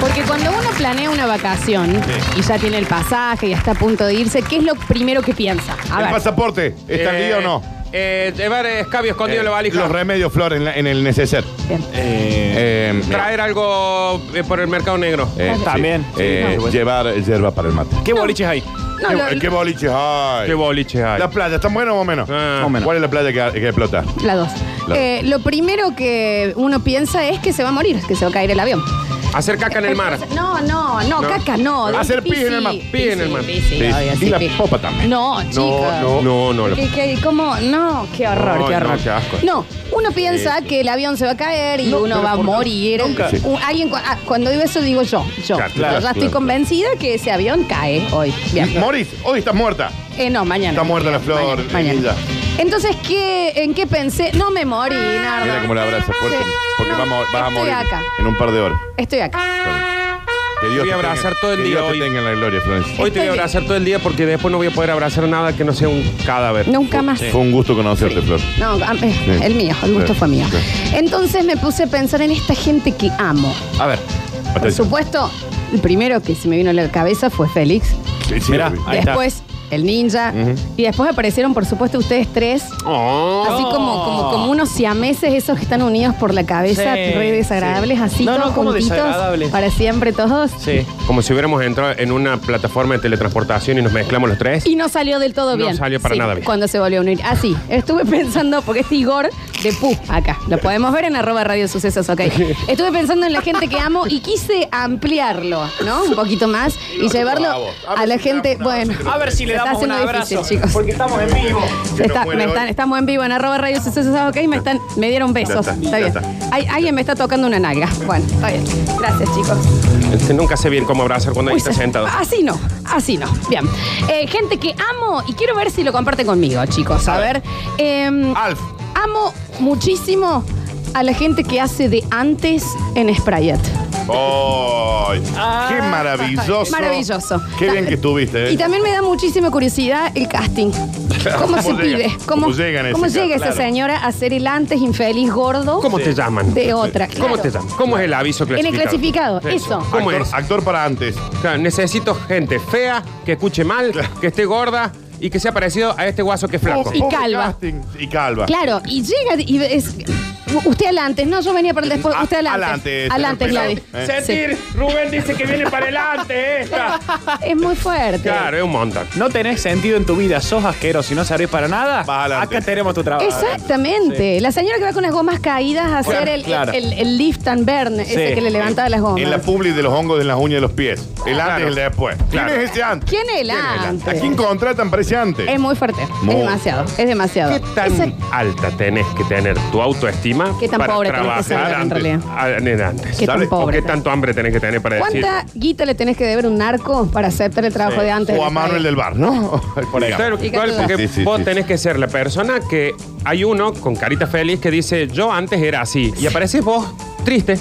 Porque cuando uno planea una vacación Sí. y ya tiene el pasaje y está a punto de irse, ¿qué es lo primero que piensa? A ¿El ver. pasaporte está al Eh, día o no? Eh, llevar escabio escondido en la Eh, valija. Los remedios, Flor, en, la- en el neceser. Bien. Eh, mira, Traer algo eh, por el mercado negro. eh, También. sí, eh, Sí, no. llevar hierba para el mate. ¿Qué boliches hay? No, ¿Qué, lo- eh, qué boliches hay? Qué boliche hay. ¿La playa está buena o más o menos? Ah. Más o menos. ¿Cuál es la playa que, que explota? la dos. La- Eh, lo primero que uno piensa es que se va a morir, que se va a caer el avión. Hacer caca en el mar. Entonces, No, no, no, No. caca no. Hacer pis en el mar. Pis, Pis en el mar. pis, sí, Sí. obvio, sí, y la pis. popa también. No, chicos. no. No, no. la- ¿Qué, qué- cómo? No, qué horror, No, qué horror. no, qué asco. No, uno piensa que el avión se va a caer y uno va a morir. Sí. Un- alguien, cu- ah, cuando digo eso, digo yo. Yo, Claro, Yo claro, ya claro, estoy claro. convencida que ese avión cae hoy. Bien. Moris, hoy estás muerta. Eh, no, mañana. Está muerta la flor, Mañana, mañana. Linda. Entonces, ¿qué, ¿en qué pensé? No me morí, Nardo. Mira cómo la abraza fuerte. Sí. Porque No, vamos, vas a estoy morir acá. en un par de horas. Estoy acá. Que Dios Voy a te abrazar tenga- todo el que día Dios hoy. te tenga en la gloria, Florencia. Hoy te voy a Estoy abrazar todo el día porque después no voy a poder abrazar nada que no sea un cadáver. Nunca más. Fue un gusto conocerte, Flor. No, a- eh, el mío, el gusto Sí. fue mío. Sí. Entonces me puse a pensar en esta gente que amo. A ver. Por supuesto, el primero que se me vino a la cabeza fue Félix. Mirá. Ahí está. después el ninja. Ujú. Y después aparecieron, por supuesto, ustedes tres. Oh. Así como, como, como unos siameses, esos que están unidos por la cabeza, Sí, re desagradables, sí. así No, no, todos ¿cómo juntitos, desagradables? para siempre todos. Sí. Como si hubiéramos entrado en una plataforma de teletransportación y nos mezclamos los tres. Y no salió del todo No bien. salió para nada bien. Cuando se volvió a unir. Así, estuve pensando, porque este Igor de Pu, acá, lo podemos ver en arroba radio sucesos, ok. Estuve pensando en la gente que amo y quise ampliarlo, ¿no? Un poquito más y llevarlo bravo. A ver a la si le gente, damos un bueno. abrazo. A ver si le se está damos un haciendo abrazo. difícil, chicos. Porque estamos en vivo. Que Está- no muera me hoy. están- estamos en vivo en arroba radio sucesos, ok, me, están, me dieron besos. Ya está, Está, ya bien. está. Ay, alguien me está tocando una naga. Bueno, está bien. Gracias, chicos. Este, nunca sé bien cómo abrazar cuando Uy, alguien está se- sentado. Así no, así no. Bien. Eh, gente que amo y quiero ver si lo comparte conmigo, chicos. A ver. eh, Alf. amo muchísimo a la gente que hace de antes en Sprayet. ¡Ay! ¡Qué maravilloso! Ah, Maravilloso. ¡Qué bien que estuviste! Y ¿eh? también me da muchísima curiosidad el casting. ¿Cómo, ¿Cómo se llega? pide? ¿Cómo llegan a cómo ese llega caso? esa Claro. señora a ser el antes infeliz gordo ¿Cómo te llaman? de otra? ¿Cómo Claro. te llaman? ¿Cómo es el aviso En clasificado? el clasificado, eso. ¿Cómo actor, es? actor para antes. Claro, necesito gente fea, que escuche mal, que esté gorda y que sea parecido a este guaso que es flaco. Y Pobre calva. casting. Y calva. Claro, y llega y es. Usted adelante, no, yo venía para el después. A- Usted adelante. adelante, adelante, señor Gladys. Pelado. Sí. Rubén dice que viene para adelante esta. Es muy fuerte. Claro, es un montón. No tenés sentido en tu vida, sos asqueroso y no servís para nada. Vas adelante. Acá tenemos tu trabajo. Exactamente. La señora que va con las gomas caídas a hacer Claro, el, claro. el- el lift and burn, ese Sí. que le levantaba las gomas. En la publi de los hongos de las uñas de los pies. El antes Claro. y el después. Claro. ¿Quién es ese antes? ¿Quién es el ¿A antes? quién contratan para ese antes? Es muy fuerte. Muy. Es demasiado. Es demasiado. ¿Qué tan Esa- alta tenés que tener tu autoestima Qué tan para pobre tenés que trabajar ser, en antes, realidad? a- en el antes? Qué tan ¿Sabes? pobre ¿O qué tenés? tanto hambre tenés que tener para decir? ¿Cuánta guita le tenés que deber un narco para aceptar el trabajo de antes? o a Manuel del bar, ¿no? Por ahí. Claro, Y igual, que- porque Sí, sí, vos sí. tenés que ser la persona que hay uno con carita feliz que dice yo antes era así y apareces vos triste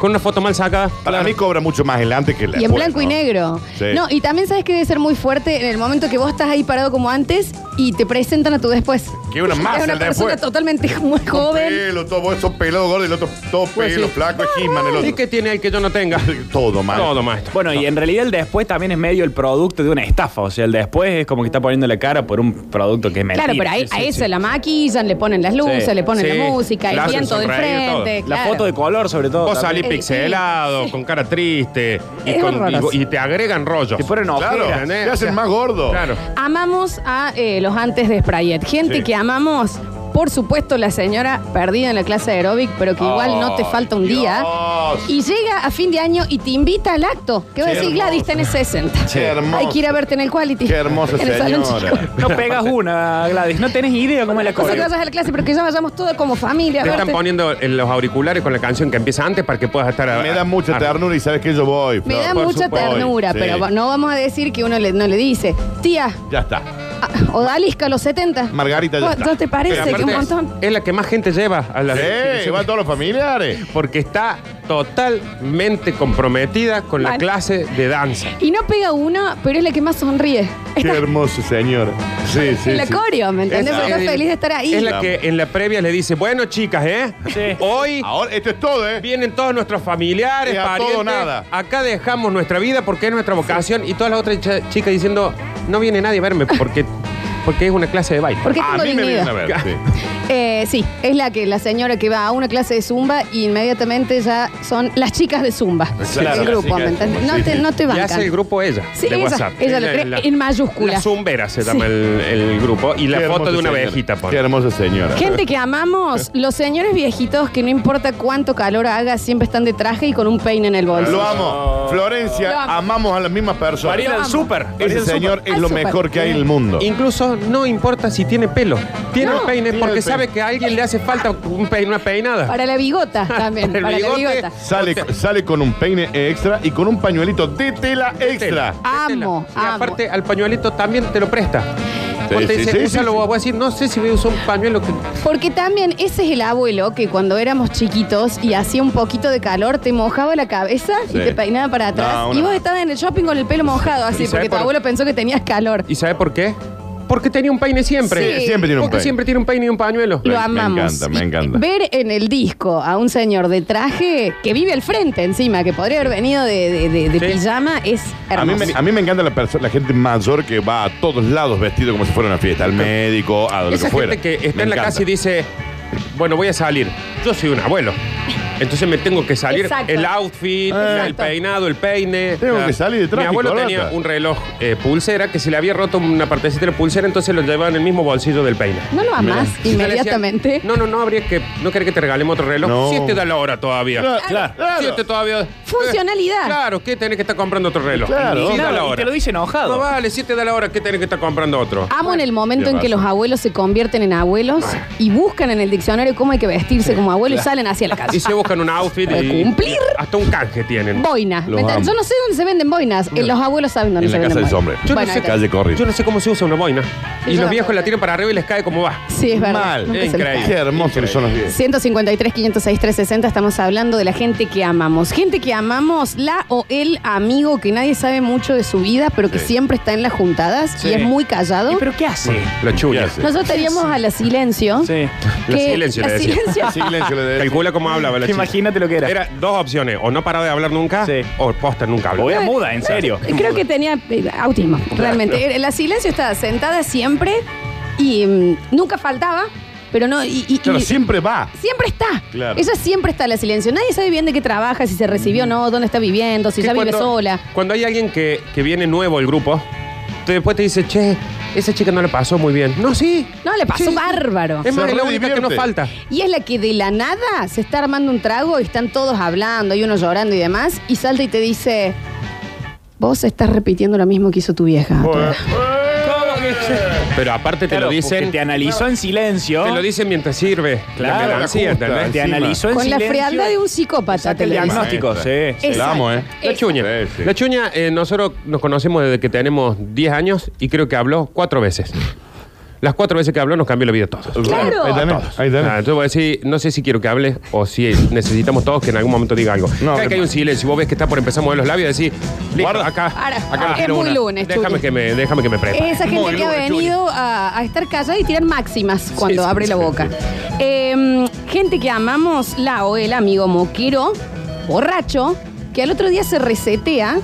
con una foto mal sacada. Para mí cobra mucho más el antes que el Y después. en blanco y ¿no? negro. Sí. No, y también sabes que debe ser muy fuerte en el momento que vos estás ahí parado como antes y te presentan a tu después. Que una masa Es una el persona después. totalmente muy joven. Pues Pelo, todo, vos sos pelado, gordo, el otro todo pelo, sí. flaco, es He-Man, el ¿Y otro. qué tiene el que yo no tenga? Todo mal. Todo maestro. Bueno, y en realidad el después también es medio el producto de una estafa. O sea, el después es como que está poniendo la cara por un producto que es mentira. Claro, pero ahí, Sí, sí, a eso sí. la maquillan, le ponen las luces, Sí. le ponen Sí. la música, La el hacen viento del sonreír, todo. frente. La claro. foto de color, sobre todo. Vos salís también. Eh, sí. pixelado, con cara triste y, Es con- horroroso. y- y te agregan rollos. Te ponen Claro, ojeras. ¿entendés? te eh. O sea, hacen más gordo. Claro. Amamos a eh, los antes de Sprayet. Gente Sí. que amamos. Por supuesto, la señora perdida en la clase de aeróbic, pero que igual no te falta un día. Oh, Dios. Y llega a fin de año y te invita al acto. ¿Qué va a Qué decir hermoso. Gladys? Tenés 60. Qué hermoso. Hay que ir a verte en el quality. Qué hermosa En el salón, chicos. señora. No pegas una, Gladys. No tenés idea cómo es la Cosa que cosa. vayas a la clase, pero que ya vayamos todos como familia. a Te están verte. poniendo en los auriculares con la canción que empieza antes para que puedas estar... a- Me da mucha a- ternura y sabes que yo voy. Me Flor. da Por mucha supuesto. ternura, Sí. pero no vamos a decir que uno le- no le dice, tía, Ya está. ah, odalisca a los 70. Margarita, ya ¿Vos- está. ¿No te Pero parece que un aparte es- montón? Es la que más gente lleva a la... Sí, van todos los familiares. Porque está totalmente comprometida con la Mal. clase de danza. Y no pega una, pero es la que más sonríe. Qué hermoso, señora. Sí, sí. la sí. coreo, ¿me entendés? Esa- Porque está feliz de estar ahí. Es la que en la previa le dice, bueno, chicas, ¿eh? Sí. Hoy Ahora, esto es todo, ¿eh? vienen todos nuestros familiares, Sí, a todo parientes. nada. Acá dejamos nuestra vida porque es nuestra vocación. Y todas las otras ch- chicas diciendo, no viene nadie a verme porque, porque es una clase de baile. Porque a tengo mí me vienen a dignidad. ver. sí. Eh, sí, es la que la señora que va a una clase de zumba y inmediatamente ya son las chicas de zumba. claro, el grupo, las chicas de ¿me entendés? zumba, No sí, te, sí. no te Y bancan. hace el grupo ella, Sí, de ella, WhatsApp. ella lo cree en mayúscula. La zumbera se llama Sí. el, el grupo. Y la Qué foto hermosa de una señora. abejita, pone. Qué hermosa señora. Gente que amamos, los señores viejitos que no importa cuánto calor haga, siempre están de traje y con un peine en el bolso. Lo amo. Florencia, Lo amo. amamos a las mismas personas. Varía del súper. Varía Ese del señor súper. es Al lo súper. mejor que hay en el mundo. Incluso no importa si tiene pelo. Tiene No. peine Tiene porque el peine. sabe que a alguien le hace falta un peine, una peinada. Para la bigota también, Para el para la bigote. bigota. Sale, sale con un peine extra y con un pañuelito de tela extra. Amo, Y amo. aparte, al pañuelito también te lo presta. Sí, Vos te sí, dice, sí, úsalo, sí, sí. voy a decir, no sé si voy a usar un pañuelo. que- Porque también ese es el abuelo que cuando éramos chiquitos y hacía un poquito de calor, te mojaba la cabeza Sí. y te peinaba para atrás. No, una- y vos estabas en el shopping con el pelo mojado, así, ¿Y sabe porque tu por- abuelo pensó que tenías calor. ¿Y sabe por qué? Porque tenía un peine siempre. Sí. Siempre tiene un Porque peine. siempre tiene un peine y un pañuelo. Lo Me amamos. encanta, me encanta. Ver en el disco a un señor de traje que vive al frente encima, que podría haber venido de, de- de- de Sí. pijama, es A mí, hermoso. me, a mí me encanta la, perso- la gente mayor que va a todos lados vestido como si fuera una fiesta, al médico, a lo Esa que fuera. gente que está Me en la encanta. casa y dice, bueno, voy a salir. Yo soy un abuelo. Entonces me tengo que salir Exacto. el outfit, Eh. el peinado, el peine. Ah, Tengo que salir de traje Mi y abuelo corbata. tenía un reloj eh, pulsera que se le había roto una partecita de la pulsera, entonces lo llevaba en el mismo bolsillo del peine. No lo amás Y yo le decía, inmediatamente. no, no, no habría que. No querés que te regalemos otro reloj. No. Siete da la hora todavía. Claro, claro. Siete todavía. Funcionalidad. Claro, ¿qué tenés que estar comprando otro reloj? Claro. Siete da la Claro, y hora. te lo dice enojado. No vale, siete da la hora, ¿qué tenés que estar comprando otro? Amo en el momento en que Tiene los razón. abuelos se convierten en abuelos y buscan en el diccionario cómo hay que vestirse como abuelo y salen hacia la Y calle. se buscan un outfit Para y. cumplir. Hasta un canje tienen. Boina. Los ¿me entiendes? amo. Yo no sé dónde se venden boinas. Eh, Los abuelos saben dónde En se la venden casa del boinas. hombre. Yo Bueno, no sé ahí calle está. corriente. Yo no sé cómo se usa una boina. Sí, y yo los la viejos la boina. tiran para arriba y les cae como va. Sí, es verdad. Mal. Nunca se les Increíble. cae. Qué hermosos que son los viejos. 153, 506, 360, estamos hablando de la gente que amamos. Gente que amamos, la o el amigo que nadie sabe mucho de su vida, pero que Sí. siempre está en las juntadas y Sí. es muy callado. ¿Y pero qué hace? La chulla. Sí. Nosotros teníamos a la silencio. Sí. que- La silencio, la le decía. silencio. Silencio le debe. Calcula cómo hablaba la chica. Imagínate lo que era. Era dos opciones. O no paraba de hablar nunca, Sí. o posta nunca hablaba. O era muda, en serio. Creo que tenía eh, autismo, realmente. Eh, La silencio estaba sentada siempre y mm, nunca faltaba, pero no. Y, y- y- Claro, siempre va. Siempre está. Claro. Ella siempre está la silencio. Nadie sabe bien de qué trabaja, si se recibió o no, dónde está viviendo, si Que ya vive cuando- sola. Cuando hay alguien que, que viene nuevo al grupo, te- después te dice, che, esa chica no le pasó muy bien. No, sí. No, le pasó Sí. bárbaro. Es más, Se es la única que redivierte. nos falta. Y es la que de la nada se está armando un trago y están todos hablando y uno llorando y demás, y salta y te dice, vos estás repitiendo lo mismo que hizo tu vieja. Pero aparte te Claro, lo dicen, porque Te te analizó en silencio. lo dicen mientras sirve. Claro, la la mercancía, Oh. justa. ¿entendés? Te encima. analizó en Con la silencio. frialdad de un te psicópata. saca te el lo dice. diagnóstico, sí. Maestra. Exacto. La amo, ¿eh? La Exacto. chuña. Sí, sí. La chuña, eh, nosotros nos conocemos desde que tenemos 10 años y creo que habló cuatro veces. Las cuatro veces que habló nos cambió la vida a todos. Claro. ¿eh? Ahí tenés, ahí tenés. Ah, yo voy a decir, no sé si quiero que hable o si necesitamos todos que en algún momento diga algo. No, Cada vez que hay un silencio, vos ves que está por empezar a mover los labios, decís, listo, Guarda. acá, Para. acá Ah, es quiero muy lunes, Déjame Chuña. que me, déjame que me prepare. Esa Muy gente que ha lunes, venido a, a estar callada y tirar máximas cuando sí, abre la sí, boca. sí. Eh, gente que amamos, la o el amigo moquero, borracho, que al otro día se resetea,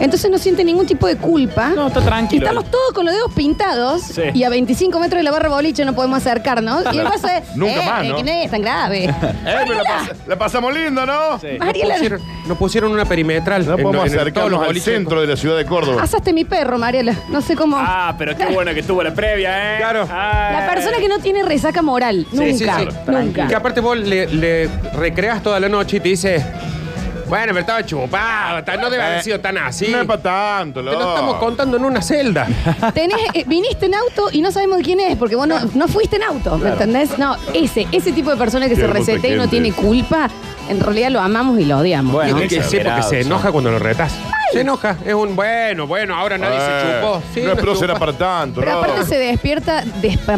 entonces no siente ningún tipo de culpa. No, está Y tranquilo. estamos todos con los dedos pintados Sí. y a 25 metros de la barra boliche no podemos acercarnos. Y el vaso es. Nunca eh, más, ¿no? que no es tan grave. eh, Eh, pero la, pas- la pasamos lindo, ¿no? Sí. Mariela, Nos pusieron, nos pusieron una perimetral. No Eh, en- podemos en- en todos los acercarnos al boliches. centro de la ciudad de Ah, Córdoba. asaste mi perro, Mariela. No sé cómo. Ah, pero qué bueno que estuvo la previa, ¿eh? Claro. Ay. La persona que no tiene resaca moral. Sí, nunca. sí, sí. Nunca. Que aparte vos le, le recreas toda la noche y te dices, bueno, pero estaba chupado, ta- no debe haber Eh, sido tan así. No es para tanto, Te lo estamos contando en una celda. Tenés, eh, viniste en auto y no sabemos quién es, porque vos no, no fuiste en auto, ¿me entendés? No, ese, ese tipo de persona que Qué se hermosa resetea y no gente tiene esa. culpa, en realidad lo amamos y lo odiamos. Bueno, ¿no? Y que sepa exagerado, que se sí. enoja cuando lo retas. Se enoja. Es un bueno, bueno, ahora nadie se chupó. Sí, Eh, no, me pero chupa. será para tanto, Pero ¿no? aparte se despierta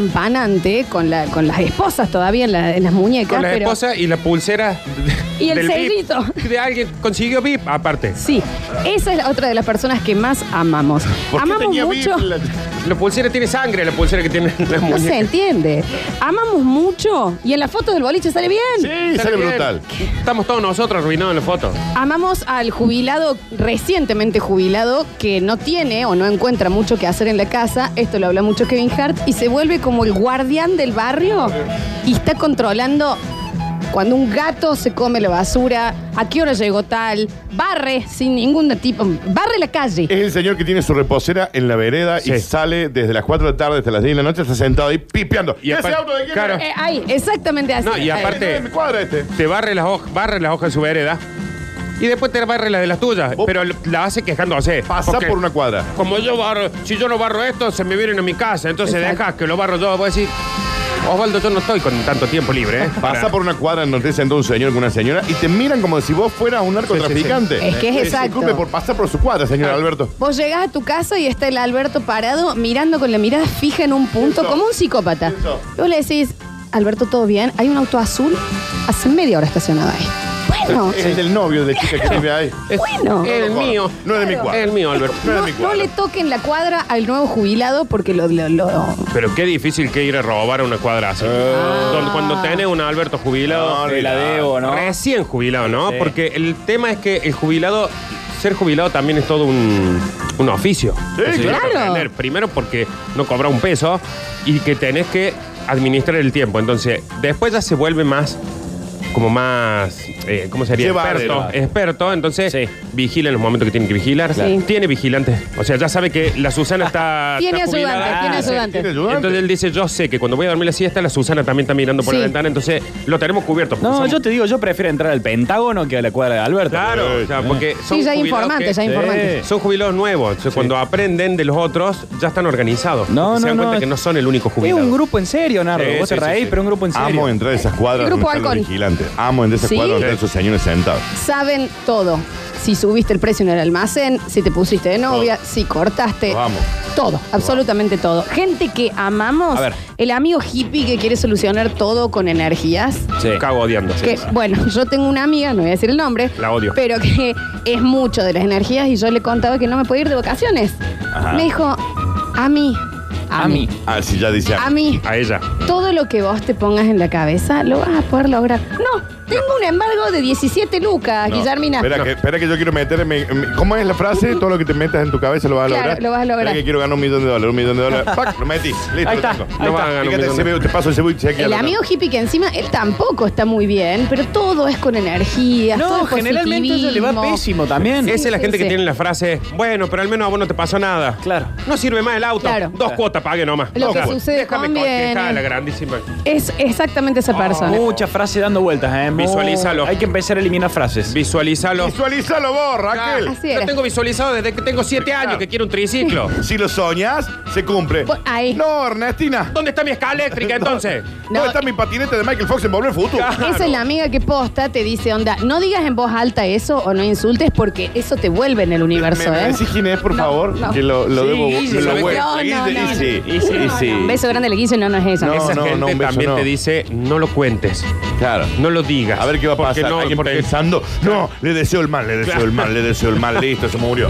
despampanante con, la, con las esposas todavía en, la- en las muñecas. Con la pero- esposa y la pulsera. Y el del VIP. sellito. De alguien consiguió VIP, aparte. Sí, esa es la otra de las personas que más amamos. ¿Por qué Amamos tenía mucho. biblia? La pulsera tiene sangre, la pulsera que tiene la No se muñeca. entiende. Amamos mucho y en la foto del boliche sale bien. Sí, Está sale bien. brutal. Estamos todos nosotros arruinados en la foto. Amamos al jubilado, recientemente jubilado, que no tiene o no encuentra mucho que hacer en la casa. Esto lo habla mucho Kevin Hart. Y se vuelve como el guardián del barrio y está controlando cuando un gato se come la basura, a qué hora llegó tal, barre sin ningún tipo, barre la calle. Eh, Es el señor que tiene su reposera en la vereda y Sí. sale desde las 4 de la tarde hasta las 10 de la noche, está sentado ahí pipeando. Y ese aparte- auto de quién claro. era? Eh, ahí, exactamente así. No, y Ahí. aparte- Eh, no, me cuadra este. Te barre las hojas, barre las hojas en su vereda. Y después te barre las de las tuyas. Vos- Pero la hace quejándose. Oh. Pasa Porque por una cuadra. Como yo barro, si yo no barro esto, se me vienen a mi casa. Entonces Exacto. dejas que lo barro yo. Voy a decir, Osvaldo, yo no estoy con tanto tiempo libre. ¿eh? Pasa Para- por una cuadra en donde está sentado un señor con una señora y te miran como si vos fueras un narcotraficante. sí. Es que es Eh, exacto. Disculpe por pasar por su cuadra, señor Ah. Alberto. Vos llegás a tu casa y está el Alberto parado mirando con la mirada fija en un punto Eso. como un psicópata. Eso. Luego le decís, Alberto, ¿todo bien? Hay un auto azul hace media hora estacionado ahí. Bueno, eh, Es el del novio de chica que vive ahí. Es- Bueno. El No lo mío. No es de mi cuadra. El mío, eh, Alberto. No era no, mi cuadra. no le toquen la cuadra al nuevo jubilado porque lo... lo- lo- Pero qué difícil que ir a robar a una cuadra así. Donde- Cuando tenés un Alberto jubilado, Ah. No, Te la debo, ¿no? recién jubilado, ¿no? Sí. Porque el tema es que el jubilado, ser jubilado también es todo un, un oficio. Sí, Eso hay que claro. aprender. Primero porque no cobra un peso y que tenés que administrar el tiempo. Entonces, después ya se vuelve más como más, eh, ¿cómo sería? Llevadero. Experto, experto, entonces Sí. vigila en los momentos que tiene que vigilar. Sí. Ah, Tiene vigilantes. O sea, ya sabe que la Susana Ah, está... Tiene está jubilada. ayudante, tiene Ah, sí, ¿Tiene ayudante. ayudante? Entonces él dice, yo sé que cuando voy a dormir la siesta, la Susana también está mirando por Sí. la ventana, entonces lo tenemos cubierto. porque No, somos- yo te digo, yo prefiero entrar al Pentágono que a la cuadra de Alberto. Claro, Sí, o sea, porque son Sí, ya hay jubilados informante, que- eh, ya hay informante. Son jubilados nuevos, entonces cuando aprenden de los otros, ya están organizados. No, porque Se no, dan no, cuenta es- que no son el único Es jubilado. un grupo en serio, Nardo. Sí, Vos te sí, sí, reís, sí. pero un grupo en serio. Amo entrar a esas cuadras El donde grupo están los Halcón. vigilantes. Amo entrar a esas Sí. cuadras donde Sí. están esos señores sentados. Saben todo. Si subiste el precio en el almacén, si te pusiste de novia, si cortaste. Los amo. Todo, absolutamente todo. Gente que amamos. A ver. El amigo hippie que quiere solucionar todo con energías. Sí. Cago odiando. Que, bueno, yo tengo una amiga, no voy a decir el nombre. La odio. Pero que es mucho de las energías y yo le contaba que no me podía ir de vacaciones. Me dijo, a mí, a, A mí, mí. Ah, sí, ya dice. a mí, A ella. todo lo que vos te pongas en la cabeza lo vas a poder lograr. No, tengo un embargo de 17 lucas, No, Guillermina. Espera, que, espera que yo quiero meterme. en- ¿Cómo es la frase? Todo lo que te metas en tu cabeza lo vas a Claro, lograr. lo vas a lograr. Espera que quiero ganar un millón de dólares, un millón de dólares. ¡Pac! Lo metí. Listo, Ahí lo está, tengo. ahí No va a ganar un Fíjate, millón ese de- veo, te paso ese buche aquí. El amigo hippie que encima, él tampoco está muy bien, pero todo es con energía. todo No, es generalmente a ellos le va positivismo. pésimo también. Esa es la sí, gente que sí. tiene la frase, bueno, pero al menos a vos no te pasó nada. Claro. No sirve más el auto. Claro. Dos cuotas pague nomás. Lo Dos que cuotas. sucede Déjame conviene. contestar a la grandísima. Es exactamente esa persona. Muchas frases dando vueltas, ¿eh? Visualízalo. Hay que empezar a eliminar frases. Visualizalo. Visualízalo vos, Raquel. Ah, Así Lo era. tengo visualizado desde que tengo siete años que quiero un triciclo. Si lo soñas, se cumple. Pues, ahí. No, Ernestina. ¿Dónde está mi escala eléctrica entonces? No. ¿Dónde está mi patinete de Michael Fox en Volver al Futuro? Claro. Esa es la amiga que posta, te dice, onda, no digas en voz alta eso o no insultes porque eso te vuelve en el universo, ¿Me, me ¿eh? decís quién es, por No, favor? no. Que lo, lo Sí, debo. Guille, me lo ¿sabes? vuelvo. No, no, Guille, no, y sí, y sí, y sí. Un beso grande le quiso y no, no es eso. No, Esa gente un beso también no. te dice, no lo cuentes, Claro. no lo digas. A ver qué va a Porque pasar. Alguien porque- pensando, no, le deseo el mal, le deseo Claro. el mal, le deseo el mal, listo, se murió.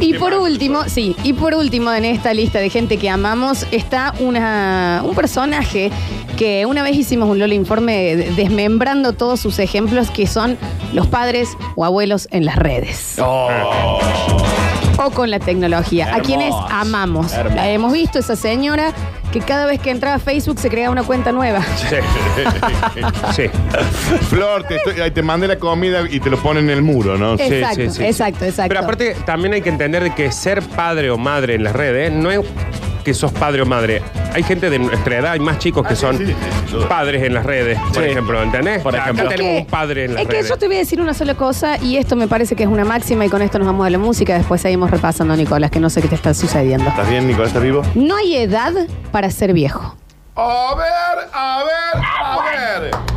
Y por último, sí, y por último en esta lista de gente que amamos está una, un personaje que una vez hicimos un Lola informe de- desmembrando todos sus ejemplos que son los padres o abuelos en las redes. Oh. O con la tecnología, a Hermoso. quienes amamos. Hermoso. La hemos visto, esa señora que cada vez que entraba a Facebook se creaba una cuenta nueva. Sí. sí. Flor, te, estoy- ahí te mandé la comida y te lo ponen en el muro, ¿no? Eh. exacto, sí, sí, sí. exacto, exacto. Pero aparte también hay que entender de que ser padre o madre en las redes ¿eh? no es que sos padre o madre. Hay gente de nuestra edad, hay más chicos que Ah, sí, son sí, sí, sin duda. padres en las redes, por Sí. ejemplo, ¿entendés? O Por sea, acá ejemplo. tenemos un padre en las es que redes. yo te voy a decir una sola cosa y esto me parece que es una máxima y con esto nos vamos a la música. Después seguimos repasando, Nicolás, que no sé qué te está sucediendo. ¿Estás bien, Nicolás? ¿Estás vivo? No hay edad para ser viejo. A ver, a ver, a ver.